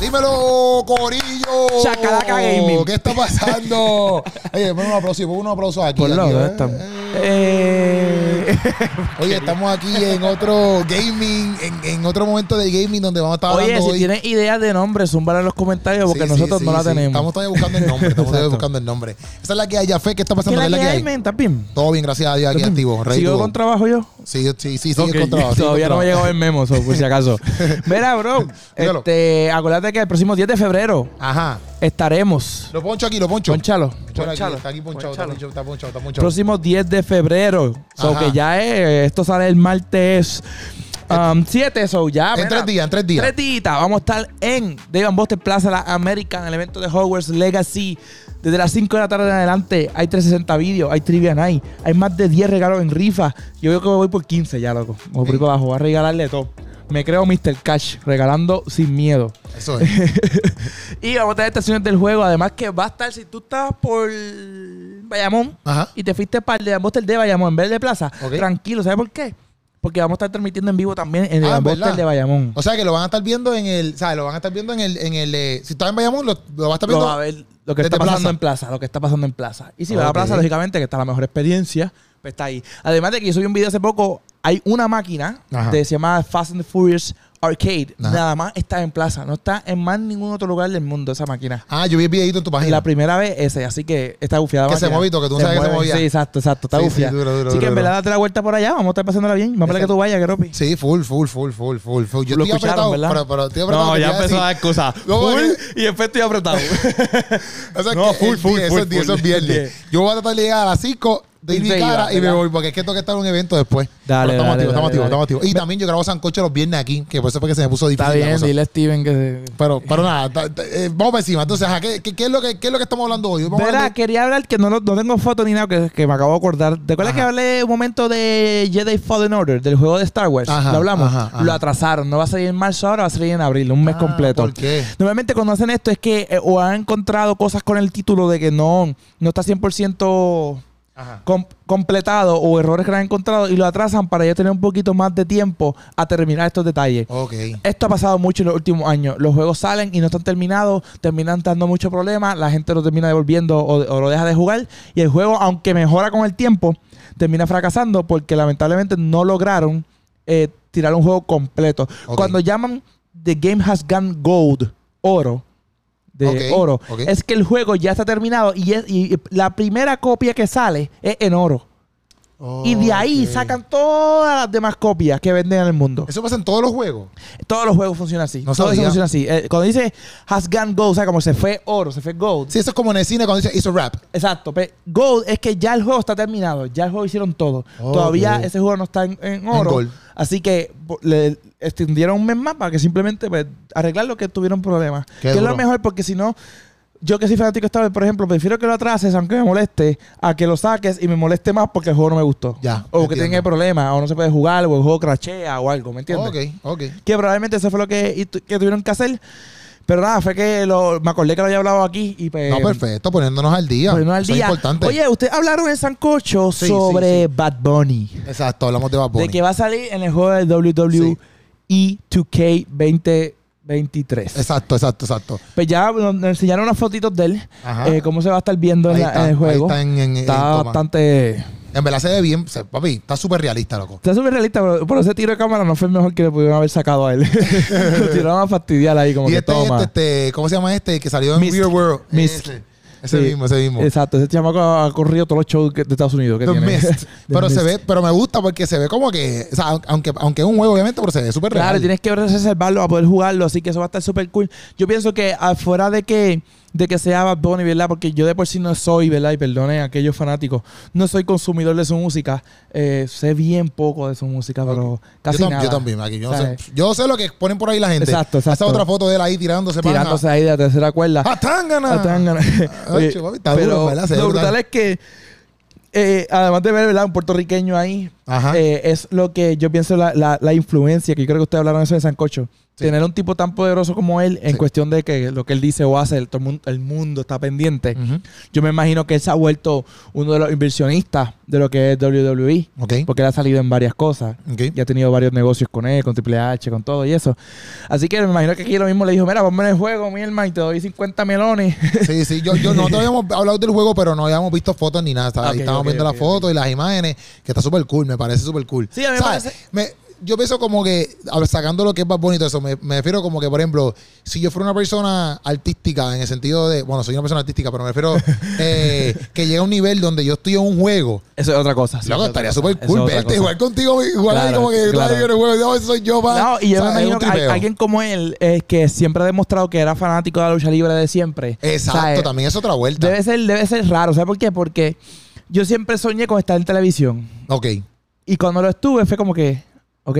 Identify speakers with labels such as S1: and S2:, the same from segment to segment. S1: Dímelo, Corillo.
S2: Chacalaca Gaming.
S1: ¿Qué está pasando? Oye, pon un aplauso, pon un aplauso aquí.
S2: Por
S1: aquí,
S2: lo
S1: ¿eh?
S2: estamos. Eh.
S1: Oye, estamos aquí en otro gaming, en, en otro momento de gaming donde vamos a estar
S2: Oye,
S1: hablando
S2: si
S1: hoy.
S2: tienen ideas de nombres, zumbar en los comentarios porque
S1: Sí, sí,
S2: nosotros
S1: sí,
S2: no la
S1: sí. Estamos
S2: tenemos.
S1: todavía buscando el nombre, estamos todavía
S2: Exacto.
S1: buscando el nombre. Esa es la que hay, Jafé, ¿qué está
S2: ¿Qué
S1: pasando? ¿Qué es la que hay?
S2: men? ¿Estás bien?
S1: Todo bien, gracias a Dios, aquí
S2: ¿Estás bien?
S1: activo, ready
S2: ¿Sigo
S1: to go.
S2: con trabajo yo?
S1: Sí, sí, sí, sí,
S2: Ok,
S1: encontrado.
S2: Todavía no me ha llegado el memo, so, por si acaso. Mira, bro,
S1: Dígalo.
S2: este, acuérdate que el próximo 10 de febrero
S1: Ajá.
S2: estaremos.
S1: Lo poncho aquí, lo poncho.
S2: Ponchalo.
S1: Ponchalo aquí,
S2: Ponchalo.
S1: Está aquí ponchado, está
S2: Ponchalo.
S1: ponchado, está ponchado, está ponchado.
S2: Próximo 10 de febrero. So
S1: Ajá. Eh.
S2: que ya es, esto sale el martes um, 7, so ya.
S1: En
S2: mira,
S1: tres días, en tres días.
S2: Tres días. Vamos a estar en Dave and Buster Plaza, la American, el evento de Hogwarts Legacy. Desde las 5 de la tarde en adelante hay 360 vídeos, hay trivia night, hay más de 10 regalos en rifa. Yo creo que voy por 15 ya, loco. Voy por ahí para abajo, voy a regalarle todo. Me creo Mr. Cash, regalando sin miedo.
S1: Eso es.
S2: Y vamos a tener estaciones del juego. Además que va a estar, si tú estás por Bayamón
S1: Ajá.
S2: y te fuiste para el de Amboster de Bayamón en vez de Plaza,
S1: Ok.
S2: tranquilo. ¿Sabes por qué? Porque vamos a estar transmitiendo en vivo también en el
S1: Ah,
S2: Amboster
S1: ¿verdad?
S2: de Bayamón.
S1: O sea que lo van a estar viendo en el. O sea, lo van a estar viendo en el. En el eh, si estás en Bayamón, lo, lo vas a estar
S2: Lo
S1: viendo.
S2: va a ver lo que
S1: desde
S2: está pasando
S1: Plaza.
S2: en Plaza, lo que está pasando en Plaza. Y si va a la
S1: Ok.
S2: Plaza, lógicamente, que está la mejor experiencia, pues está ahí. Además de que yo subí un video hace poco, hay una máquina
S1: Ajá.
S2: que se llama Fast and Furious Arcade.
S1: Ajá.
S2: Nada más está en Plaza, no está en más ningún otro lugar del mundo esa máquina.
S1: Ah, yo vi el videito en tu página.
S2: La primera vez ese, así que está bufiada.
S1: Que se movito, que tú no sabes que se movía.
S2: Sí, exacto, exacto, está
S1: Sí, sí,
S2: bufiada.
S1: duro, duro,
S2: así que en
S1: duro,
S2: verdad
S1: duro.
S2: date la vuelta por allá, vamos a estar pasándola bien. Vamos a que tú vayas, que ropi.
S1: Sí, full, full, full, full, full. full. Yo
S2: Lo
S1: estoy
S2: escucharon,
S1: apretado,
S2: ¿verdad?
S1: pero, pero estoy apretado. te quería decir-
S2: excusas.
S1: No, porque-
S2: y después estoy apretado.
S1: O sea,
S2: No,
S1: que
S2: full,
S1: el-
S2: full,
S1: eso,
S2: full,
S1: es- eso es
S2: full.
S1: viernes. Yo voy a tratar de llegar a las 5 de
S2: Y
S1: mi
S2: se
S1: cara
S2: iba,
S1: y me
S2: ¿verdad?
S1: voy, porque es que tengo que estar en un evento después. Pero
S2: Dale,
S1: estamos
S2: dale,
S1: activos, estamos
S2: dale,
S1: activos,
S2: dale.
S1: estamos activos. Y también yo grabo sancocho los viernes aquí, que por eso fue que se me puso difícil.
S2: está
S1: la
S2: bien,
S1: cosa.
S2: dile a Steven que se...
S1: Pero, pero nada, ta- ta- eh, vamos para encima. Entonces, ajá, ¿qué, qué- qué es lo que, ¿qué es lo que estamos hablando hoy? Vamos a
S2: Verá,
S1: hablar de-
S2: quería hablar que no, lo- no tengo foto ni nada que, que me acabo de acordar. ¿Te acuerdas
S1: Ajá.
S2: que hablé un momento de Jedi Fallen Order, del juego de Star Wars?
S1: Ajá,
S2: lo hablamos.
S1: ajá, ajá.
S2: Lo atrasaron. No va a salir en marzo ahora, va a salir en abril, un mes
S1: Ah,
S2: completo.
S1: ¿Por qué?
S2: Normalmente cuando hacen esto es que eh, o han encontrado cosas con el título de que no, no está 100%
S1: Ajá.
S2: com- completado o errores que han encontrado y lo atrasan para ya tener un poquito más de tiempo a terminar estos detalles.
S1: Ok.
S2: Esto ha pasado mucho en los últimos años. Los juegos salen y no están terminados, terminan dando muchos problemas, la gente lo termina devolviendo o, o lo deja de jugar y el juego, aunque mejora con el tiempo, termina fracasando porque lamentablemente no lograron eh, tirar un juego completo.
S1: Ok.
S2: Cuando llaman The Game Has Gone Gold, oro, de
S1: Ok,
S2: oro,
S1: ok.
S2: es que el juego ya está terminado y, es- y la primera copia que sale es en oro. Y de ahí
S1: Ok.
S2: sacan todas las demás copias que venden en el mundo.
S1: Eso pasa en todos los juegos.
S2: Todos los juegos funcionan así.
S1: No
S2: Todo eso
S1: sabía.
S2: funciona así. Eh, cuando dice has gone gold, o sea, como se fue oro, se fue gold.
S1: Sí, eso es como en el cine cuando dice hizo rap.
S2: Exacto. pe- gold es que ya el juego está terminado. Ya el juego hicieron todo.
S1: Ok.
S2: Todavía ese juego no está en, en oro.
S1: gold.
S2: así que po- le extendieron un mes más para que simplemente pues, arreglar lo que tuvieron problemas.
S1: Qué
S2: que es lo
S1: duro.
S2: mejor porque si no. Yo que soy fanático de Star Wars, por ejemplo, prefiero que lo atrases, aunque me moleste, a que lo saques y me moleste más porque el juego no me gustó.
S1: Ya,
S2: O que
S1: entiendo.
S2: tenga problemas, o no se puede jugar, o el juego crashea o algo, ¿me entiendes?
S1: Ok, ok.
S2: que probablemente eso fue lo que, y tu- que tuvieron que hacer. Pero nada, fue que lo, me acordé que lo había hablado aquí y pues,
S1: No, perfecto, poniéndonos al día.
S2: poniéndonos al
S1: Eso es
S2: día.
S1: importante.
S2: Oye, ustedes hablaron en Sancocho
S1: Sí, sí,
S2: sobre
S1: sí.
S2: Bad Bunny,
S1: Exacto, hablamos de Bad Bunny.
S2: De que va a salir en el juego de E WWE 2K 2023.
S1: Exacto, exacto, exacto.
S2: Pues ya nos nos enseñaron unas fotitos de él,
S1: Ajá.
S2: eh, cómo se va a estar viendo en,
S1: Ahí
S2: la-
S1: está,
S2: en el
S1: ahí
S2: juego.
S1: está en- en- en
S2: Está
S1: toma.
S2: bastante...
S1: En verdad se ve bien, se- papi, está súper realista, loco.
S2: Está súper realista, pero, pero ese tiro de cámara no fue el mejor que le pudieron haber sacado a él. Lo tiraron a fastidiar ahí, como
S1: Y
S2: que
S1: este,
S2: toma.
S1: este, este, ¿cómo se llama este? Que salió en
S2: Mist.
S1: Real World.
S2: Mist.
S1: Ese, ese
S2: Sí.
S1: mismo, ese mismo.
S2: Exacto, ese chamaco ha corrido todos los shows que- de Estados Unidos que
S1: The
S2: tiene.
S1: Mist.
S2: The
S1: pero se
S2: Mist.
S1: ve, pero me gusta porque se ve como que, o sea, aunque, aunque es un juego, obviamente, pero se ve súper
S2: Claro,
S1: real.
S2: tienes que reservarlo para poder jugarlo, así que eso va a estar súper cool. Yo pienso que afuera de que de que sea Bad Bunny, ¿verdad? Porque yo de por sí no soy, ¿verdad? Y perdone a aquellos fanáticos, no soy consumidor de su música. Eh, sé bien poco de su música, pero casi
S1: yo, tam-
S2: nada.
S1: yo también, aquí. Yo, no sé,
S2: ¿Sabes?
S1: yo sé lo que ponen por ahí la gente.
S2: Exacto, exacto.
S1: Esa otra foto de él ahí tirándose para
S2: Tirándose ahí de la tercera cuerda.
S1: ¡Ah, tángana!
S2: Ah, tan ganas.
S1: Oye,
S2: Oye,
S1: papi, está duro,
S2: pero
S1: ¿verdad? Se ve
S2: lo
S1: brutal.
S2: brutal es que, eh, además de ver ¿verdad? un puertorriqueño ahí,
S1: Ajá.
S2: eh, es lo que yo pienso la, la- la influencia, que yo creo que ustedes hablaron eso de Sancocho.
S1: Sí.
S2: Tener un tipo tan poderoso como él, en
S1: Sí.
S2: cuestión de que lo que él dice o hace, el, todo el mundo, el mundo está pendiente.
S1: Ujú.
S2: Yo me imagino que él se ha vuelto uno de los inversionistas de lo que es WWE,
S1: Ok.
S2: porque él ha salido en varias cosas.
S1: ok.
S2: Ya ha tenido varios negocios con él, con Triple H, con todo y eso. Así que me imagino que aquí lo mismo le dijo, mira, ponme en el juego, mi hermano, y te doy 50 melones.
S1: Sí, sí, yo, yo no habíamos hablado del juego, pero no habíamos visto fotos ni nada. ¿sabes? Ahí
S2: Ok,
S1: estábamos
S2: ok,
S1: viendo
S2: ok,
S1: las fotos y las imágenes, que está súper cool, me parece súper cool.
S2: Sí, a mí me
S1: ¿Sabes?
S2: parece-
S1: Me- yo pienso como que, a ver, sacando lo que es más bonito eso, me, me refiero como que, por ejemplo, si yo fuera una persona artística, en el sentido de, bueno, soy una persona artística, pero me refiero eh, que llega a un nivel donde yo estoy en un juego.
S2: Eso es otra cosa. sí,
S1: Loco,
S2: eso es otra
S1: estaría
S2: cosa,
S1: súper
S2: eso
S1: cool
S2: es otra
S1: verte,
S2: cosa.
S1: jugar contigo, jugar ahí
S2: Claro,
S1: como que
S2: claro.
S1: claro. en el juego, no, ese soy yo, pa.
S2: No, y yo
S1: O sea,
S2: me
S1: es un
S2: imagino que
S1: tripeo.
S2: al- alguien como él, eh, que siempre ha demostrado que era fanático de la lucha libre de siempre.
S1: Exacto,
S2: ¿sabes?
S1: también es otra vuelta.
S2: Debe ser, debe ser raro, ¿sabes por qué? Porque yo siempre soñé con estar en televisión.
S1: Ok.
S2: Y cuando lo estuve fue como que, ok,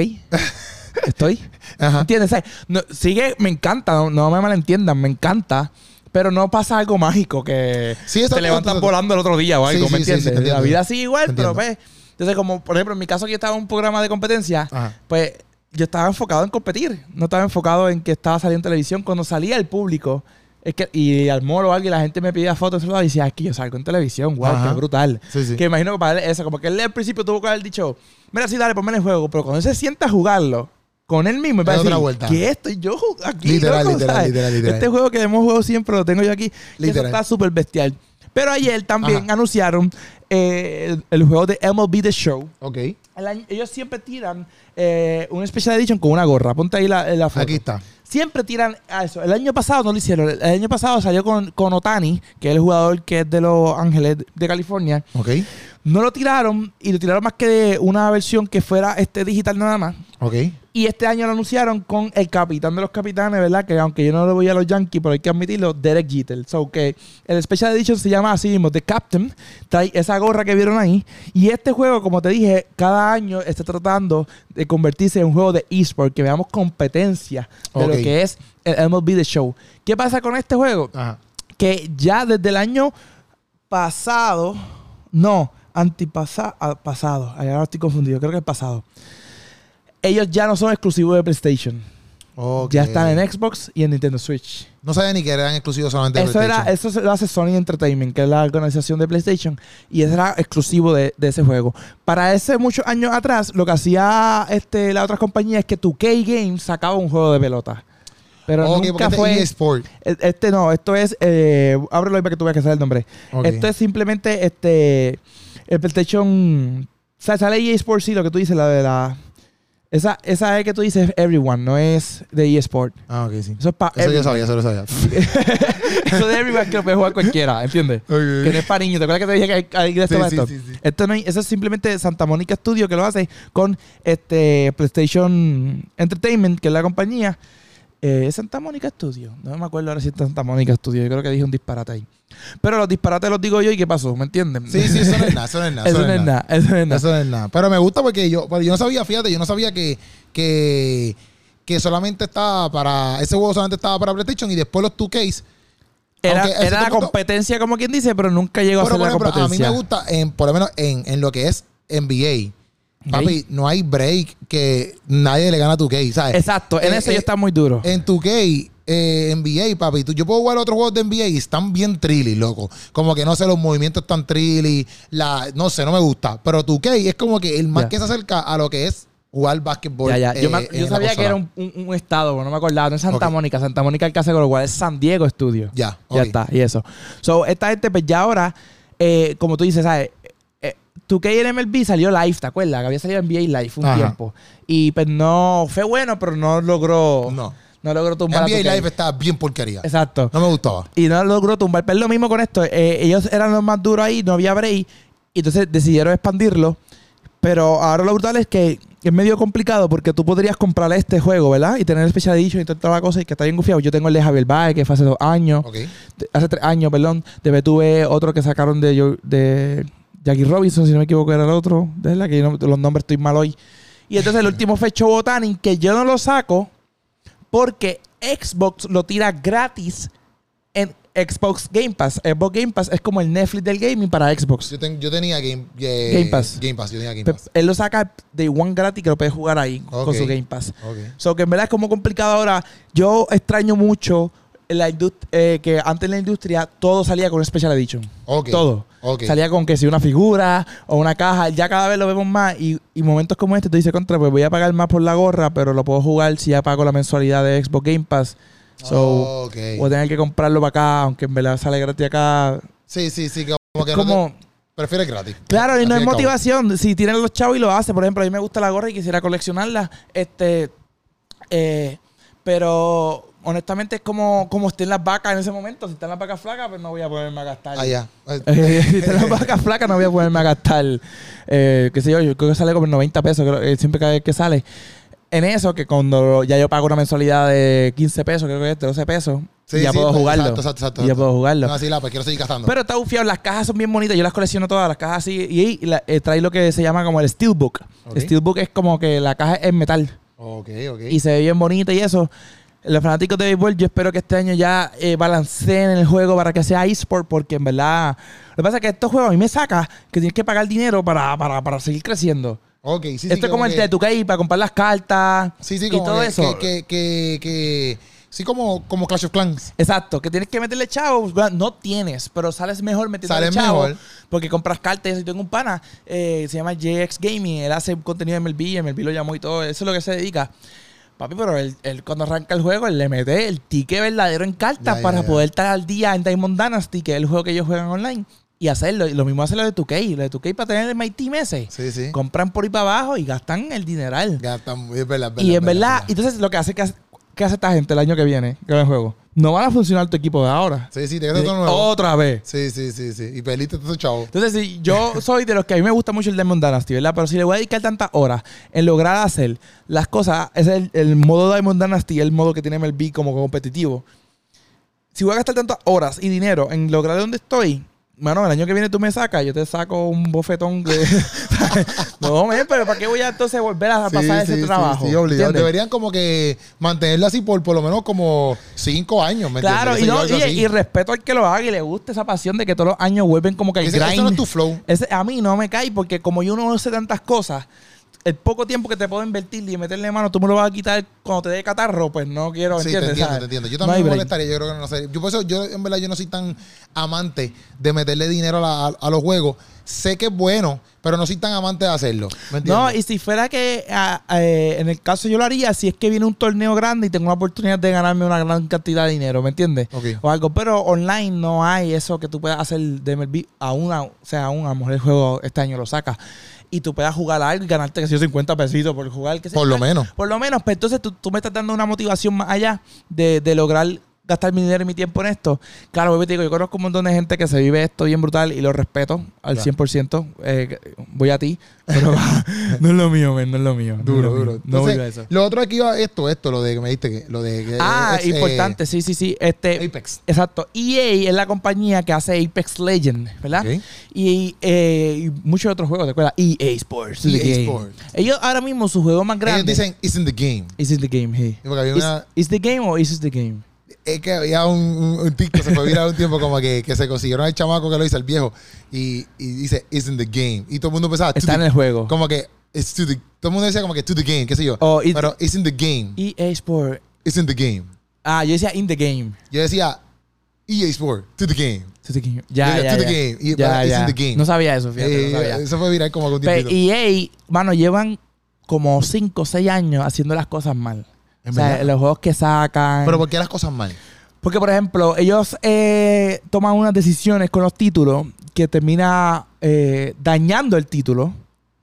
S2: estoy.
S1: Ajá.
S2: ¿Entiendes? ¿Sabes? No, sigue, me encanta, no, no me malentiendan, me encanta. Pero no pasa algo mágico que
S1: Sí, exacto,
S2: te levantas
S1: exacto.
S2: volando el otro día o algo,
S1: Sí,
S2: ¿me
S1: sí, sí, sí,
S2: entiendes?
S1: te entiendo.
S2: la vida sigue igual,
S1: Te
S2: pero
S1: entiendo.
S2: pues... Entonces, como por ejemplo, en mi caso que yo estaba en un programa de competencia,
S1: Ajá.
S2: pues yo estaba enfocado en competir. No estaba enfocado en que estaba saliendo en televisión. Cuando salía el público es que, y al moro o alguien, la gente me pedía fotos y decía, "Ah, es que yo salgo en televisión, wow,
S1: Ajá.
S2: qué brutal.
S1: Sí, sí.
S2: Que imagino que para él eso, como que él al principio tuvo que haber dicho, mira, sí, dale, ponme en el juego. Pero cuando él se sienta a jugarlo, con él mismo, me
S1: Es
S2: parece
S1: otra vuelta.
S2: que estoy yo jug- aquí.
S1: Literal,
S2: loco?
S1: literal,
S2: ¿sabes?
S1: literal, literal.
S2: Este juego que hemos jugado siempre lo tengo yo aquí. Y Eso
S1: Literal.
S2: está súper bestial. Pero ayer también
S1: Ajá.
S2: anunciaron eh, el, el juego de MLB The Show.
S1: Ok.
S2: El año- ellos siempre tiran eh, un Special Edition con una gorra. Ponte ahí la, la foto.
S1: Aquí está.
S2: Siempre tiran a eso. El año pasado no lo hicieron. El año pasado salió con, con Otani, que es el jugador que es de Los Ángeles, de California.
S1: Ok.
S2: No lo tiraron y lo tiraron más que de una versión que fuera este digital nada más.
S1: Ok.
S2: Y este año lo anunciaron con el capitán de los capitanes, ¿verdad? Que aunque yo no le voy a los Yankees, pero hay que admitirlo, Derek Jeter. So que el Special Edition se llama así mismo, The Captain. Trae esa gorra que vieron ahí. Y este juego, como te dije, cada año está tratando de convertirse en un juego de eSport, que veamos competencia de
S1: Ok.
S2: lo que es el MLB The Show. ¿Qué pasa con este juego?
S1: Ajá.
S2: que ya desde el año pasado, no, antipasado, pasado, ay, ahora estoy confundido, creo que es pasado. Ellos ya no son exclusivos de PlayStation.
S1: Ok.
S2: Ya están en Xbox y en Nintendo Switch.
S1: No sabía ni que eran exclusivos solamente de
S2: Eso, era,
S1: PlayStation.
S2: eso se lo hace Sony Entertainment, que es la organización de PlayStation, y eso era exclusivo de, de ese juego. Para ese muchos años atrás, lo que hacía este, la otra compañía es que 2K Games sacaba un juego de pelota. Pero
S1: Ok, porque
S2: nunca
S1: este
S2: fue...
S1: EA Sport.
S2: E- Este no, esto es. Eh, ábrelo ahí para que tú veas que sale el nombre.
S1: Ok.
S2: Esto es simplemente este. El PlayStation. O sea, sale EA Sports, sí, lo que tú dices, la de la. Esa, esa E que tú dices es Everyone, no es de EA Sport.
S1: Ah, ok, sí.
S2: Eso es para
S1: Eso yo sabía, eso lo sabía.
S2: Eso de Everyone que lo puede jugar cualquiera, ¿entiendes? Que no es para niños. ¿Te acuerdas que te dije que hay, hay de esto
S1: Sí,
S2: para
S1: sí,
S2: esto?
S1: sí, sí.
S2: Esto no hay- eso es simplemente Santa Mónica Studio que lo hace con este PlayStation Entertainment, que es la compañía. Eh, ¿es Santa Mónica Studio. No me acuerdo ahora si es Santa Mónica Studio. Yo creo que dije un disparate ahí. Pero los disparates los digo yo y ¿qué pasó? ¿Me entienden?
S1: Sí, sí, eso no es nada, eso no es nada.
S2: eso no es nada. Eso no es nada.
S1: Eso no es nada. Pero me gusta porque yo, pero yo no sabía, fíjate, yo no sabía que, que, que solamente estaba para, ese juego solamente estaba para PlayStation y después los 2Ks.
S2: Era,
S1: aunque a
S2: era la
S1: cierto punto-
S2: competencia, como quien dice, pero nunca llegó a
S1: Pero
S2: ser
S1: por ejemplo,
S2: la
S1: a mí
S2: competencia.
S1: me gusta, en, por lo menos en, en lo que es NBA. Papi, no hay break que nadie le gana a 2K, ¿sabes?
S2: Exacto. En
S1: Eh,
S2: eso
S1: eh,
S2: yo estaba muy duro.
S1: En 2K, eh, NBA, papi, tú- yo puedo jugar otros juegos de NBA y están bien trilly, loco. Como que no sé, los movimientos están trilly, la, no sé, no me gusta. Pero 2K es como que el más
S2: Ya.
S1: que se acerca a lo que es jugar básquetbol.
S2: Ya, ya.
S1: eh,
S2: Yo, me- yo
S1: en la
S2: sabía que
S1: consola.
S2: era un, un- un estado, pero no me acordaba. No es Santa
S1: Ok.
S2: Mónica. Santa Mónica el que hace con lo cual es San Diego Studio.
S1: Ya,
S2: Ya
S1: ok.
S2: está, y eso. So, esta gente, pues ya ahora, eh, como tú dices, ¿sabes? Tu que en MLB salió live, ¿te acuerdas? Que había salido NBA live un
S1: Ajá.
S2: tiempo. Y pues no, fue bueno, pero no logró. No,
S1: No.
S2: logró tumbar. a
S1: NBA
S2: 2K.
S1: Live está bien porquería.
S2: Exacto.
S1: No me gustaba.
S2: Y no logró tumbar. Pero es lo mismo con esto. Eh, ellos eran los más duros ahí, no había break. Y entonces decidieron expandirlo. Pero ahora lo brutal es que es medio complicado porque tú podrías comprar este juego, ¿verdad? Y tener el Special Edition y toda la cosa y que está bien gufiado. Yo tengo el de Javier Baez, que fue hace dos años
S1: Ok.
S2: de- hace tres años, perdón, de tuve otro que sacaron de, yo- de Jackie Robinson, si no me equivoco, era el otro. De verdad que yo no- los nombres estoy mal hoy. Y entonces el último fue Show Botani, que yo no lo saco porque Xbox lo tira gratis en Xbox Game Pass. Xbox Game Pass es como el Netflix del gaming para Xbox.
S1: Yo, ten- yo tenía Game, eh,
S2: Game Pass.
S1: Game Pass, yo tenía Game
S2: Pe-
S1: Pass.
S2: Él lo saca de One gratis que lo puedes jugar ahí con
S1: Ok.
S2: su Game Pass.
S1: Ok.
S2: So que en verdad es como complicado ahora. Yo extraño mucho la indust- eh, que antes en la industria todo salía con un Special Edition.
S1: Ok.
S2: Todo.
S1: Ok.
S2: Salía con que si una figura o una caja, ya cada vez lo vemos más. Y, y momentos como este, tú dices, contra, pues voy a pagar más por la gorra, pero lo puedo jugar si ya pago la mensualidad de Xbox Game Pass. So,
S1: Ok.
S2: voy a tener que comprarlo para acá, aunque en verdad sale gratis acá.
S1: Sí, sí, sí. Como que no
S2: como,
S1: te- prefieres gratis.
S2: claro, y no
S1: Al fin al
S2: es
S1: cabo.
S2: motivación. Si tienen los chavos y lo hace, por ejemplo, a mí me gusta la gorra y quisiera coleccionarla. Este, eh, pero honestamente es como, como estén las vacas en ese momento. Si están las vacas flacas, pues no voy a ponerme a gastar.
S1: Allá.
S2: Eh, si están las vacas flacas, no voy a ponerme a gastar. eh, qué sé yo, yo creo que sale como en 90 pesos, creo, eh, siempre que, que sale. En eso, que cuando ya yo pago una mensualidad de 15 pesos, creo que es 12 pesos,
S1: Sí,
S2: y ya
S1: sí,
S2: puedo
S1: pues,
S2: jugarlo.
S1: exacto, exacto, exacto,
S2: Y ya
S1: exacto.
S2: puedo jugarlo.
S1: No, así la, pues quiero seguir gastando.
S2: Pero está bufiado, las cajas son bien bonitas, yo las colecciono todas, las cajas así, y, y la- eh, trae lo que se llama como el Steelbook.
S1: Ok.
S2: Steelbook es como que la caja es metal
S1: ok, ok.
S2: y se ve bien bonita y eso. Los fanáticos de béisbol, yo espero que este año ya eh, balanceen el juego para que sea eSport, porque en verdad. Lo que pasa es que estos juegos a mí me saca que tienes que pagar dinero para, para, para seguir creciendo.
S1: ok, sí, sí.
S2: Esto es como el
S1: que-
S2: de tu para comprar las cartas
S1: Sí, sí,
S2: y
S1: como
S2: todo
S1: que,
S2: eso.
S1: Que, que, que, que- sí, como, como Clash of Clans.
S2: Exacto, que tienes que meterle chavo. pues, No tienes, pero sales mejor metiéndole
S1: Sales
S2: chavo.
S1: mejor.
S2: Porque compras cartas y eso. Yo tengo un pana, eh, se llama JX Gaming. Él hace contenido de MLB, MLB lo llamó y todo. Eso es lo que se dedica. Papi, pero él, él cuando arranca el juego, él le mete el ticket verdadero en cartas
S1: Ya, ya,
S2: para
S1: ya.
S2: poder estar al día en Diamond Dynasty, que es el juego que ellos juegan online, y hacerlo. Y lo mismo hace lo de 2K. Lo de 2K para tener el Mighty meses.
S1: Sí, sí.
S2: Compran por ahí para abajo y gastan el dineral.
S1: Gastan, es verdad, es verdad.
S2: Y
S1: es
S2: en verdad,
S1: es
S2: entonces lo que hace, que hace que hace esta gente el año que viene, que va el juego, no van a funcionar tu equipo de ahora.
S1: Sí, sí, te gastas todo nuevo.
S2: Otra vez.
S1: Sí, sí, sí, sí. Y peliste todo chavo.
S2: Entonces, si yo soy de los que a mí me gusta mucho el Diamond Dynasty, ¿verdad? Pero si le voy a dedicar tantas horas en lograr hacer las cosas, ese es el, el modo Diamond Dynasty, el modo que tiene MLB como competitivo. Si voy a gastar tantas horas y dinero en lograr donde estoy, mano, el año que viene tú me sacas, yo te saco un bofetón de... no, men, pero ¿para qué voy a entonces volver a
S1: Sí,
S2: pasar ese
S1: sí, sí,
S2: trabajo?
S1: sí, obligado.
S2: ¿Entiendes?
S1: Deberían como que mantenerlo así por por lo menos como cinco años, ¿me
S2: Claro, y,
S1: entiendes?
S2: no,
S1: Que se lleve
S2: y,
S1: algo
S2: y
S1: así.
S2: respeto al que lo haga y le gusta esa pasión de que todos los años vuelven como que el
S1: Ese-
S2: grind.
S1: Eso no es tu flow.
S2: Ese- a mí no me cae porque como yo no sé tantas cosas, el poco tiempo que te puedo invertir y meterle mano, tú me lo vas a quitar cuando te dé catarro, pues no quiero,
S1: Sí, te
S2: ¿entiendes?
S1: entiendo,
S2: ¿sabes?
S1: te entiendo. Yo
S2: No hay
S1: también me
S2: break.
S1: molestaría, yo creo que no sé. Yo por eso, yo en verdad, yo no soy tan amante de meterle dinero a, la- a- a los juegos. Sé que es bueno, pero no soy tan amante de hacerlo. ¿Me entiendes?
S2: No, y si fuera que a- a- eh, en el caso yo lo haría, si es que viene un torneo grande y tengo una oportunidad de ganarme una gran cantidad de dinero, ¿me entiendes?
S1: Ok.
S2: O algo, pero online no hay eso que tú puedas hacer de MLB a una, o sea, aún a lo mejor el juego este año lo saca y tú puedas jugar algo y ganarte que sé yo, 50 pesitos por jugar, que sé
S1: Por
S2: yo.
S1: lo menos.
S2: Por lo menos, pero entonces tú, tú me estás dando una motivación más allá de, de lograr gastar mi dinero y mi tiempo en esto. Claro, vuelvo y te digo, yo conozco un montón de gente que se vive esto bien brutal y lo respeto al
S1: Ya.
S2: 100%. Eh, voy a ti, pero no es lo mío, men, no es lo mío. no es
S1: Duro,
S2: lo mío.
S1: duro.
S2: No voy
S1: Entonces,
S2: a eso.
S1: Lo otro aquí iba esto, esto, lo de que me diste que, lo de que
S2: Ah,
S1: es, eh,
S2: importante, sí, sí, sí. Este,
S1: Apex.
S2: exacto. EA es la compañía que hace Apex Legends, ¿verdad?
S1: Ok.
S2: Y, eh, y muchos otros juegos, ¿te acuerdas? EA Sports.
S1: EA
S2: the game.
S1: Sports.
S2: Ellos ahora mismo su juego más grande
S1: Ellos dicen it's in the game.
S2: Is it the game, hey.
S1: Porque había
S2: Is,
S1: una-
S2: is the game o is it the game?
S1: es que había un, un, un TikTok, se fue viral un tiempo como que, que se consiguieron al chamaco que lo hizo, el viejo, y, y dice it's in the game. Y todo el mundo pensaba, Ah, "To
S2: Está
S1: the
S2: en el juego.
S1: como que it's to the todo el mundo decía como que to the game qué sé yo
S2: Oh, it-
S1: pero it's in the game
S2: EA Sport.
S1: it's in the game
S2: Ah, yo decía in the game.
S1: yo decía EA Sport to the game
S2: To the game. Ya,
S1: Yo decía,
S2: ya,
S1: to
S2: ya.
S1: the game. Y-
S2: Ya,
S1: it's
S2: ya.
S1: in the game.
S2: No sabía eso, fíjate,
S1: Eh,
S2: no sabía.
S1: eso fue viral como con
S2: Pero
S1: tiempito
S2: EA, mano, llevan como 5 o 6 años haciendo las cosas mal.
S1: En
S2: O sea,
S1: verdad.
S2: los juegos que sacan.
S1: pero ¿por qué las cosas mal?
S2: Porque, por ejemplo, ellos eh, toman unas decisiones con los títulos que termina eh, dañando el título,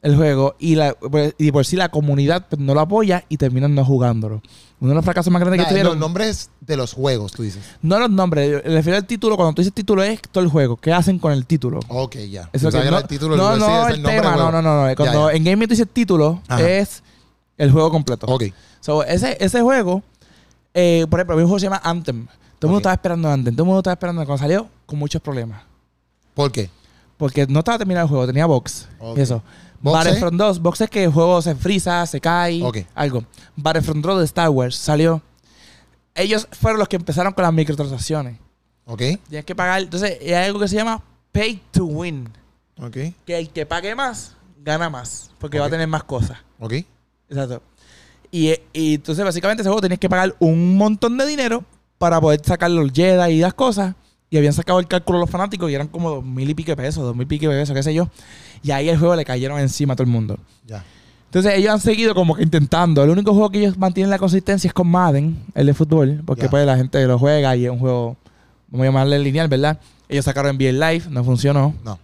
S2: el juego, y, la, pues, y por si la comunidad pues, no lo apoya y terminan no jugándolo. Uno de los fracasos más grandes que
S1: Nah,
S2: tuvieron.
S1: los nombres de los juegos tú dices
S2: No los nombres, yo me refiero al título. Cuando tú dices título es todo el juego. ¿Qué hacen con el título?
S1: ok ya
S2: Eso
S1: Pensaba
S2: que
S1: que
S2: no,
S1: era el título
S2: no,
S1: del
S2: no,
S1: juego, sí, es
S2: el
S1: el nombre
S2: tema,
S1: del
S2: no,
S1: juego.
S2: no, no, no. Cuando
S1: ya.
S2: en gaming tú dices título
S1: Ajá.
S2: es el juego completo.
S1: ok
S2: So, ese, ese juego, eh, por ejemplo, había un juego que se llama Anthem. Todo el mundo
S1: Ok.
S2: estaba esperando Anthem. Todo el mundo estaba esperando cuando salió con muchos problemas.
S1: ¿por qué?
S2: Porque no estaba terminado el juego, tenía box.
S1: Ok.
S2: Y eso.
S1: ¿Box es?
S2: Battlefront 2, box es que el juego se frisa, se cae,
S1: Ok.
S2: algo. Battlefront 2 de Star Wars salió. Ellos fueron los que empezaron con las microtransacciones.
S1: Ok,
S2: Tienes que pagar. Entonces, hay algo que se llama pay to win.
S1: ok,
S2: Que el que pague más, gana más. Porque va a
S1: Ok.
S2: tener más cosas.
S1: ok.
S2: Exacto. Y, eh, y entonces, básicamente, ese juego tenías que pagar un montón de dinero para poder sacar los Jedi y las cosas. Y habían sacado el cálculo los fanáticos y eran como dos mil y pique pesos, dos mil y pique pesos, qué sé yo. Y ahí el juego le cayeron encima a todo el mundo.
S1: Ya.
S2: Entonces ellos han seguido como que intentando. El único juego que ellos mantienen la consistencia es con Madden, el de fútbol, porque
S1: Ya.
S2: pues la gente lo juega y es un juego, vamos a llamarle lineal, ¿verdad? Ellos sacaron NBA Live, no funcionó.
S1: No.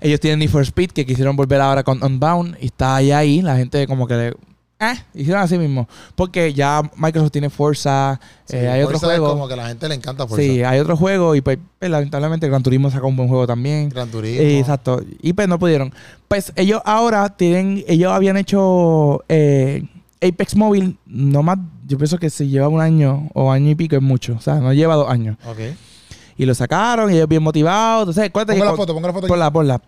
S2: Ellos tienen Need for Speed, que quisieron volver ahora con Unbound, y está ahí, ahí. La gente como que... le- Eh, hicieron así mismo. Porque ya Microsoft tiene Forza,
S1: Sí,
S2: eh, hay otros
S1: Forza es
S2: juegos.
S1: Como que a la gente le encanta Forza.
S2: Sí, hay otros juegos, y pues, pues, lamentablemente Gran Turismo sacó un buen juego también.
S1: Gran Turismo.
S2: Eh, exacto. Y pues no pudieron. Pues ellos ahora tienen, ellos habían hecho eh, Apex Móvil, no más, yo pienso que si lleva un año o año y pico es mucho. O sea, no lleva dos años.
S1: Ok.
S2: Y lo sacaron, y ellos bien motivados. Entonces, acuérdate
S1: Pongo
S2: que
S1: la
S2: cu-
S1: foto, pongo la foto.
S2: Ponla, ponla.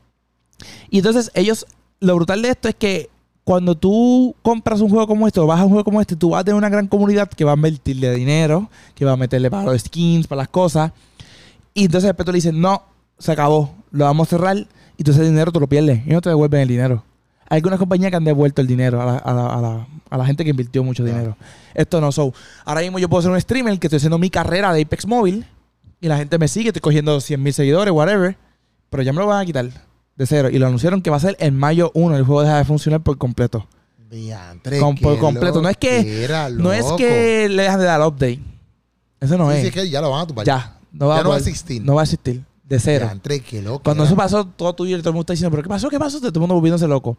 S2: Y entonces ellos, lo brutal de esto es que cuando tú compras un juego como este o vas a un juego como este, tú vas a tener una gran comunidad que va a invertirle dinero, que va a meterle para los skins, para las cosas. Y entonces después tú le dices, no, se acabó, lo vamos a cerrar. Y entonces el dinero tú lo pierdes y no te devuelven el dinero. Hay algunas compañías que han devuelto el dinero a la, a la- a la- a la gente que invirtió mucho
S1: Claro.
S2: dinero. Esto no son. Ahora mismo yo puedo ser un streamer que estoy haciendo mi carrera de Apex Móvil y la gente me sigue, estoy cogiendo 100 mil seguidores, whatever. Pero ya me lo van a quitar de cero. Y lo anunciaron que va a ser en mayo 1. El juego deja de funcionar por completo.
S1: Diantre,
S2: Con-
S1: qué
S2: por completo. No es que-
S1: loquera,
S2: No es
S1: loco.
S2: que le dejan de dar update. Eso no
S1: Sí,
S2: es.
S1: sí, es que ya lo van a tumbar.
S2: Ya. No va,
S1: Ya no va a
S2: poder-
S1: existir.
S2: No va a existir. De cero.
S1: Diantre, qué loco.
S2: Cuando eso pasó, todo tuyo y todo el mundo está diciendo, pero ¿qué pasó? ¿Qué pasó? Todo el mundo volviéndose loco.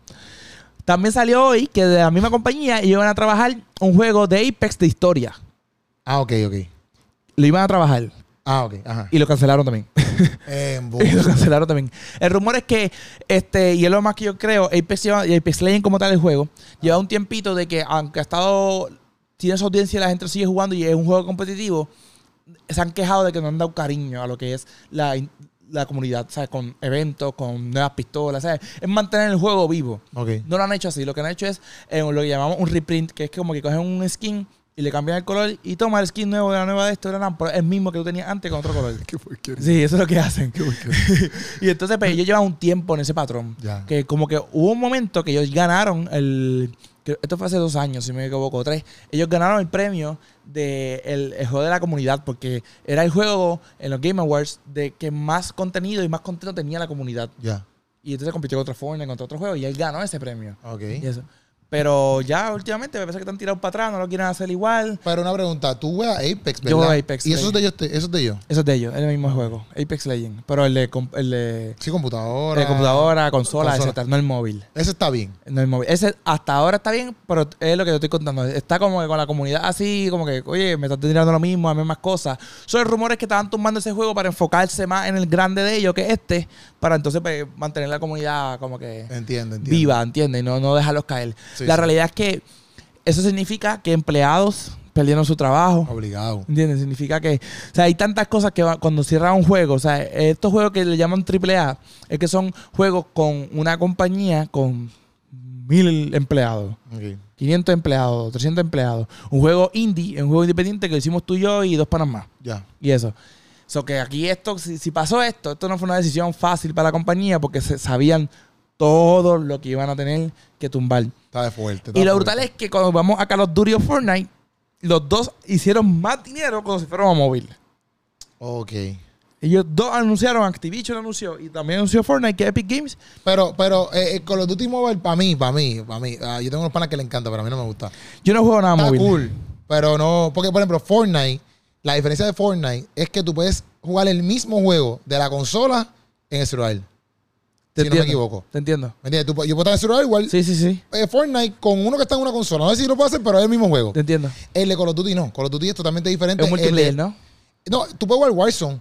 S2: También salió hoy que de la misma compañía ellos iban a trabajar un juego de Apex de historia.
S1: Ah, ok, ok.
S2: Lo iban a trabajar
S1: Ah, ok, ajá.
S2: y lo cancelaron también. Y lo
S1: Embuste.
S2: cancelaron también. El rumor es que, este, y es lo más que yo creo, Apex, lleva- y Apex Legends como tal el juego, lleva un tiempito de que, aunque ha estado, tiene su audiencia y la gente sigue jugando y es un juego competitivo, se han quejado de que no han dado cariño a lo que es la, in- la comunidad, ¿sabes? Con eventos, con nuevas pistolas, ¿sabes? Es mantener el juego vivo.
S1: Ok.
S2: No lo han hecho así, lo que han hecho es eh, lo que llamamos un reprint, que es como que cogen un skin y le cambian el color y toma el skin nuevo de la nueva de esto, la pero es el mismo que tú tenías antes con otro color.
S1: Qué porquería.
S2: Sí, eso es lo que hacen. y entonces, pues, ellos llevan un tiempo en ese patrón.
S1: Ya.
S2: Que como que hubo un momento que ellos ganaron el. que esto fue hace dos años, si me equivoco, o tres. Ellos ganaron el premio de el, el juego de la comunidad, porque era el juego en los Game Awards de que más contenido y más contenido tenía la comunidad.
S1: Ya.
S2: Y entonces compitió contra Fortnite, contra otro juego, y él ganó ese premio.
S1: Ok.
S2: Y eso. Pero ya últimamente me parece que están tirados para atrás, no lo quieren hacer igual.
S1: Pero una pregunta, tú juegas Apex, ¿verdad?
S2: Yo juego Apex,
S1: Y eso es
S2: sí.
S1: de ellos, te- eso es de ellos.
S2: Eso es de ellos, es el mismo juego, Apex Legends. Pero el de com- el de
S1: Sí, computadora.
S2: De computadora, consola,
S1: Consola.
S2: etcétera. No el móvil.
S1: Eso está bien.
S2: No el móvil. Ese hasta ahora está bien, pero es lo que te estoy contando. Está como que con la comunidad así, como que, oye, me están tirando lo mismo, las mismas cosas. Son rumores que estaban tumbando ese juego para enfocarse más en el grande de ellos que es este, para entonces pues, mantener la comunidad como que
S1: Entiendo, entiendo.
S2: viva, ¿entiendes? Y No, no dejarlos caer.
S1: Sí,
S2: la
S1: sí.
S2: realidad es que eso significa que empleados perdieron su trabajo.
S1: Obligado.
S2: ¿Entiendes? Significa que. O sea, hay tantas cosas que va- cuando cierran un juego. O sea, estos juegos que le llaman AAA es que son juegos con una compañía con mil empleados,
S1: Ok.
S2: 500 empleados, 300 empleados. Un juego indie, es un juego independiente que lo hicimos tú y yo y dos panas más.
S1: Ya.
S2: Y eso. So que aquí esto, si, si pasó esto, esto no fue una decisión fácil para la compañía porque se sabían todo lo que iban a tener que tumbar.
S1: Está de fuerte. está
S2: Y lo
S1: fuerte.
S2: brutal es que cuando vamos a Call of Duty o Fortnite, los dos hicieron más dinero cuando se fueron a móvil.
S1: Ok.
S2: Ellos dos anunciaron, Activision anunció y también anunció Fortnite que Epic Games.
S1: Pero, pero, eh, eh, Call of Duty Mobile, para mí, para mí, para mí. ah, yo tengo unos panas que le encanta, pero a mí no me gusta.
S2: Yo no juego nada
S1: Está
S2: móvil.
S1: cool. Pero no. Porque, por ejemplo, Fortnite, la diferencia de Fortnite es que tú puedes jugar el mismo juego de la consola en el celular.
S2: Te
S1: si no me
S2: entiendo.
S1: equivoco.
S2: Te entiendo.
S1: ¿Me entiendes? Tú pu- yo puedo estar en el celular igual.
S2: Sí, sí, sí.
S1: eh, Fortnite con uno que está en una consola. No sé si lo puedo hacer, pero es el mismo juego.
S2: Te entiendo.
S1: El de Call of Duty no. Call of Duty es totalmente diferente.
S2: Es un
S1: El de-
S2: multiplayer, ¿no? Ah.
S1: No, tú puedes jugar Warzone,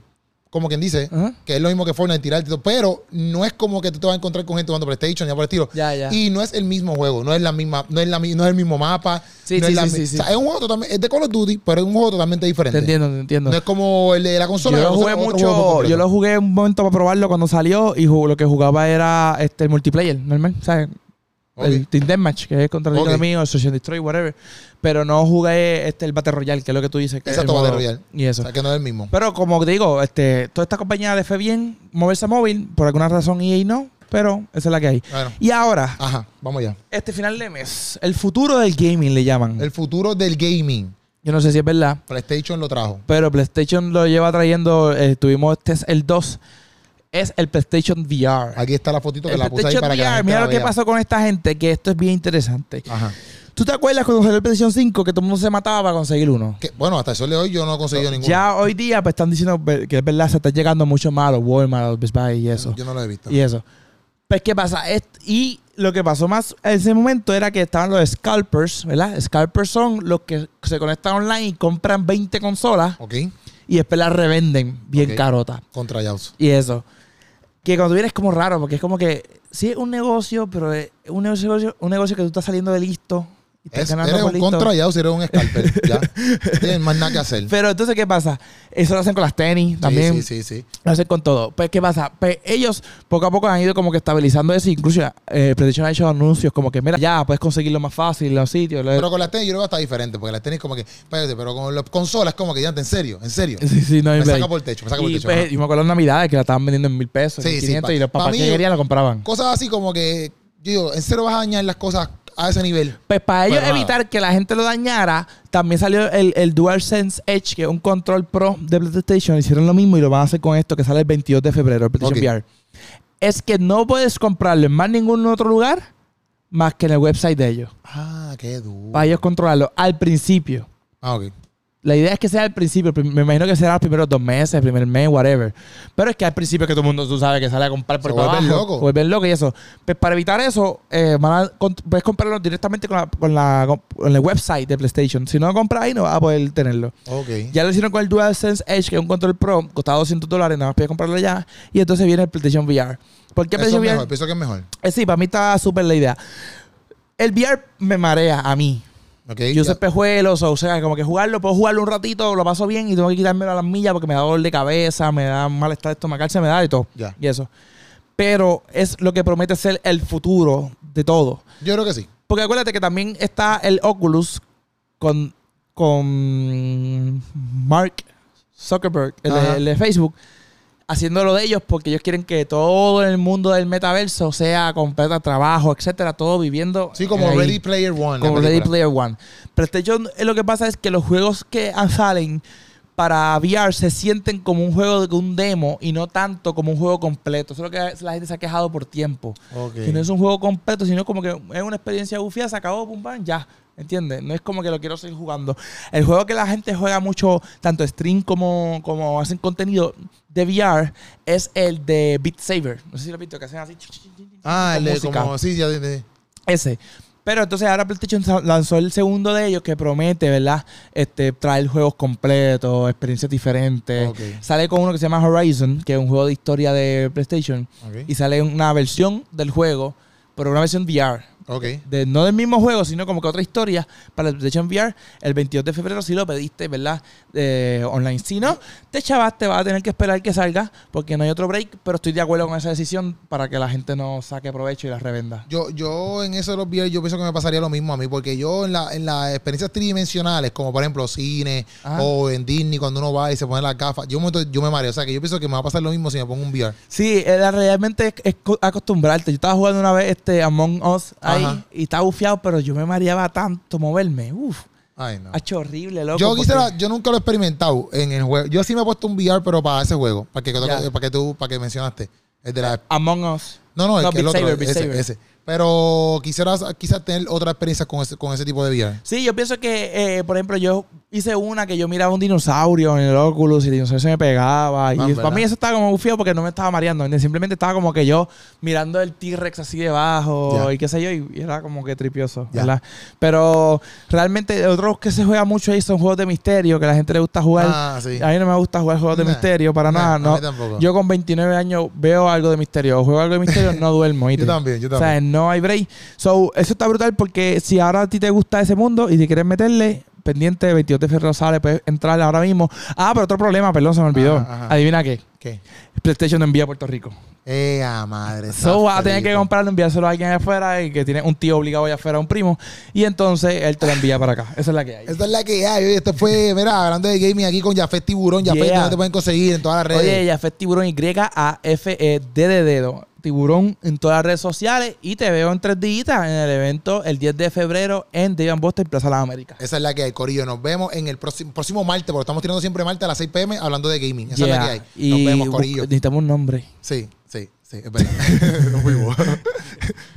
S1: como quien dice,
S2: Ajá.
S1: que es lo mismo que Fortnite, tirarte, y todo, pero no es como que tú te vas a encontrar con gente jugando PlayStation ya por el estilo.
S2: Ya, ya.
S1: Y no es el mismo juego, no es la misma, no es la, mi- no es el mismo mapa.
S2: Sí,
S1: no
S2: sí,
S1: es la
S2: sí,
S1: mi-
S2: sí, sí.
S1: O sea, es un juego totalmente, es de Call of Duty, pero es un juego totalmente diferente.
S2: Te entiendo, te entiendo.
S1: No es como el de la
S2: Yo
S1: consola.
S2: lo
S1: la
S2: jugué
S1: consola es otro juego
S2: mucho,
S1: por
S2: yo lo
S1: completo.
S2: jugué un momento para probarlo cuando salió y ju- lo que jugaba era este el multiplayer, normal, ¿sabes? El Team Deathmatch, que es contra el
S1: Ok.
S2: mío, mío, Social Destroy, whatever. Pero no jugué este, el Battle Royale, que es lo que tú dices. Que es el
S1: Exacto, Battle
S2: modo-
S1: Royale.
S2: Y
S1: O
S2: eso.
S1: sea, que no es el mismo.
S2: Pero como te digo, este, toda esta compañía de fe bien moverse a móvil, por alguna razón EA no, pero esa es la que hay.
S1: Bueno,
S2: Y ahora,
S1: ajá, vamos ya.
S2: este final de mes, el futuro del gaming le llaman.
S1: El futuro del gaming.
S2: Yo no sé si es verdad,
S1: PlayStation lo trajo.
S2: pero PlayStation lo lleva trayendo, eh, tuvimos este es el 2, es el PlayStation VR.
S1: Aquí está la fotito que
S2: El
S1: la puse ahí
S2: PlayStation
S1: para que la
S2: VR,
S1: gente
S2: mira
S1: la
S2: lo que
S1: vea. Ah.
S2: pasó con esta gente, que esto es bien interesante.
S1: Ajá.
S2: ¿Tú te acuerdas cuando salió el PlayStation 5 que todo el mundo se mataba para conseguir uno?
S1: Que, bueno, hasta el sol de hoy yo no he conseguido ninguno.
S2: Ya hoy día pues, están diciendo ve- que es verdad, se están llegando mucho más a los Walmart, a los Best Buy y eso.
S1: Yo no lo he visto.
S2: Y eso. Pues, ¿qué pasa? Est- y lo que pasó más en ese momento era que estaban los scalpers, ¿verdad? Scalpers son los que se conectan online y compran 20 consolas
S1: Ok.
S2: y después las revenden bien
S1: Ok.
S2: carota.
S1: Contra Yaus.
S2: Y eso. Que cuando vienes es como raro, porque es como que sí es un negocio, pero es un negocio, un negocio que tú estás saliendo de listo y estás
S1: Es-
S2: ganando
S1: eres
S2: por
S1: un
S2: listo.
S1: contra Yaus, eres un scalper. ya. No Tienes más nada que hacer.
S2: Pero entonces, ¿qué pasa? Eso lo hacen con las tenis
S1: Sí, Sí,
S2: también.
S1: sí, sí.
S2: Lo hacen con todo. Pues, ¿qué pasa? Pues ellos poco a poco han ido como que estabilizando eso. Incluso eh, PlayStation ha hecho anuncios como que, mira, ya puedes conseguirlo más fácil en los sitios. lo-
S1: Pero con las tenis yo creo que está diferente, porque las tenis como que, espérate, pero con las consolas como que ya, en serio, en serio.
S2: Sí, sí, no hay
S1: Me
S2: break.
S1: saca por el techo, me saca por el
S2: y,
S1: techo.
S2: pues,
S1: ajá.
S2: yo me acuerdo en Navidades que la estaban vendiendo en mil pesos,
S1: Sí,
S2: en
S1: sí,
S2: 500
S1: pa-
S2: y los
S1: pa'
S2: papás
S1: mí-
S2: que querían la compraban.
S1: Cosas así como que, yo digo, en serio vas a dañar las cosas a ese nivel.
S2: Pues para ellos
S1: Pero nada.
S2: evitar que la gente lo dañara, también salió el, el DualSense Edge, que es un control pro de PlayStation. Hicieron lo mismo y lo van a hacer con esto que sale el 22 de febrero, el PlayStation
S1: Ok.
S2: VR. Es que no puedes comprarlo en más ningún otro lugar más que en el website de ellos.
S1: Ah, qué duro.
S2: Para ellos controlarlo al principio.
S1: Ah, ok.
S2: La idea es que sea al principio. Prim- Me imagino que será los primeros dos meses, el primer mes, whatever. Pero es que al principio es que todo el mundo, tú sabes, que sale a comprar por
S1: Se
S2: todo
S1: vuelven
S2: abajo,
S1: locos.
S2: se Vuelven locos y eso. Pues para evitar eso, eh, van a con- puedes comprarlo directamente con, la, con, la, con el website de PlayStation. Si no lo compras ahí, no vas a poder tenerlo.
S1: Ok.
S2: Ya lo hicieron con el DualSense Edge, que es un control pro, costaba 200 dólares, nada más puedes comprarlo ya. Y entonces viene el PlayStation VR. ¿Por qué
S1: Eso es
S2: PlayStation VR?
S1: mejor, pienso que es mejor.
S2: Eh, sí, para mí está súper la idea. El VR me marea a mí.
S1: Ok.
S2: Yo
S1: ya.
S2: soy pejuelos, o sea, como que jugarlo, puedo jugarlo un ratito, lo paso bien y tengo que quitármelo a las millas porque me da dolor de cabeza, me da malestar estomacal, se me da y todo.
S1: Ya.
S2: Y eso. Pero es lo que promete ser el futuro de todo.
S1: Yo creo que sí.
S2: Porque acuérdate que también está el Oculus con, con Mark Zuckerberg, el de,
S1: Ajá.
S2: el de Facebook, haciendo lo de ellos porque ellos quieren que todo el mundo del metaverso sea completa trabajo, etcétera, todo viviendo.
S1: Sí, como
S2: ahí.
S1: Ready Player One. la
S2: Como Ready
S1: película.
S2: Player One. PlayStation, eh, lo que pasa es que los juegos que salen para VR se sienten como un juego de un demo y no tanto como un juego completo. Eso es lo que la gente se ha quejado por tiempo.
S1: Ok.
S2: Que no es un juego completo, sino como que es una experiencia bufía, se acabó, pum, pam, ya. ¿Entiendes? No es como que lo quiero seguir jugando. El juego que la gente juega mucho, tanto stream como, como hacen contenido de VR, es el de Beat Saber. No sé si lo has visto, que hacen así. chu, chu, chu, chu, chu,
S1: Ah,
S2: con
S1: el de
S2: música.
S1: como, sí, ya, ya, ya.
S2: Ese. Pero entonces ahora PlayStation sa- lanzó el segundo de ellos que promete, ¿verdad? Este, traer juegos completos, experiencias diferentes.
S1: Ok.
S2: Sale con uno que se llama Horizon, que es un juego de historia de PlayStation.
S1: Ok.
S2: Y sale una versión del juego, pero una versión VR.
S1: Ok.
S2: De, no del mismo juego, sino como que otra historia para el PlayStation VR. El 22 de febrero si lo pediste, ¿verdad? Eh, online. Si no, te chavaste, vas a tener que esperar que salga porque no hay otro break. Pero estoy de acuerdo con esa decisión para que la gente no saque provecho y las revenda.
S1: Yo, yo en eso de los VR, yo pienso que me pasaría lo mismo a mí, porque yo en, la, en las experiencias tridimensionales, como por ejemplo cine
S2: Ajá.
S1: o en Disney, cuando uno va y se pone las gafas, yo, un momento yo me mareo. O sea, que yo pienso que me va a pasar lo mismo si me pongo un VR.
S2: Sí, eh, la- realmente es, es co- acostumbrarte. Yo estaba jugando una vez este Among Us ahí
S1: Ajá.
S2: y estaba bufiado, pero yo me mareaba tanto moverme. Uf,
S1: Ay, no.
S2: hacho horrible, Ah, loco.
S1: Yo
S2: porque-
S1: quisiera, yo nunca lo he experimentado en el juego. Yo sí me he puesto un VR, pero para ese juego, para que,
S2: Ya.
S1: para que tú, para que mencionaste. El de la
S2: Among Us.
S1: No, no, el,
S2: No,
S1: que el
S2: Beat
S1: otro,
S2: Saber, Beat
S1: ese,
S2: Saber.
S1: ese. Pero quisiera quizás tener otra experiencia con ese, con ese tipo de VR.
S2: Sí, yo pienso que, eh, por ejemplo, yo hice una que yo miraba un dinosaurio en el Oculus y el dinosaurio se me pegaba. Y
S1: Ah,
S2: para
S1: ¿verdad?
S2: mí eso estaba como bufiado porque no me estaba mareando. ¿entiendes? Simplemente estaba como que yo mirando el T-Rex así debajo
S1: Ya.
S2: y qué sé yo. Y, y era como que tripioso,
S1: Ya.
S2: ¿verdad? Pero realmente otros que se juega mucho ahí son juegos de misterio que la gente le gusta jugar.
S1: Ah, sí.
S2: A mí no me gusta jugar juegos de
S1: Nah,
S2: misterio para
S1: nah,
S2: nada.
S1: a
S2: No.
S1: mí tampoco.
S2: Yo con 29 años veo algo de misterio. o Juego algo de misterio, no duermo. ¿oíste?
S1: Yo también, yo también.
S2: O sea, no hay break. So, eso está brutal porque si ahora a ti te gusta ese mundo y te quieres meterle, pendiente. 22 de febrero sale, puedes entrar ahora mismo. Ah, pero otro problema, perdón, se me olvidó.
S1: Ajá, ajá.
S2: Adivina qué.
S1: ¿Qué?
S2: PlayStation no envía a Puerto Rico.
S1: Eh, a madre.
S2: So vas a tener
S1: frito.
S2: que comprarlo, enviárselo a alguien allá afuera y que tiene un tío obligado allá afuera, un primo. Y entonces él te lo envía para acá. Esa es la que hay.
S1: Esta es la que hay. oye, Esto fue, mira, hablando de gaming aquí con Jafet Tiburón. Jafet,
S2: Yeah.
S1: ¿dónde te pueden conseguir? En todas las redes.
S2: Oye, Jafet Tiburón Y A F E D de dedo. Tiburón en todas las redes sociales. Y te veo en tres días en el evento el 10 de febrero en Devan Boston Plaza Las Américas.
S1: Esa es la que hay, Corillo. Nos vemos en el próximo, próximo martes, porque estamos tirando siempre martes a las 6 pm hablando de gaming. Esa es la
S2: Yeah.
S1: que hay. Nos
S2: Y
S1: vemos,
S2: bu-
S1: Corillo.
S2: Necesitamos un nombre.
S1: Sí, sí, sí, es verdad. Nos fuimos.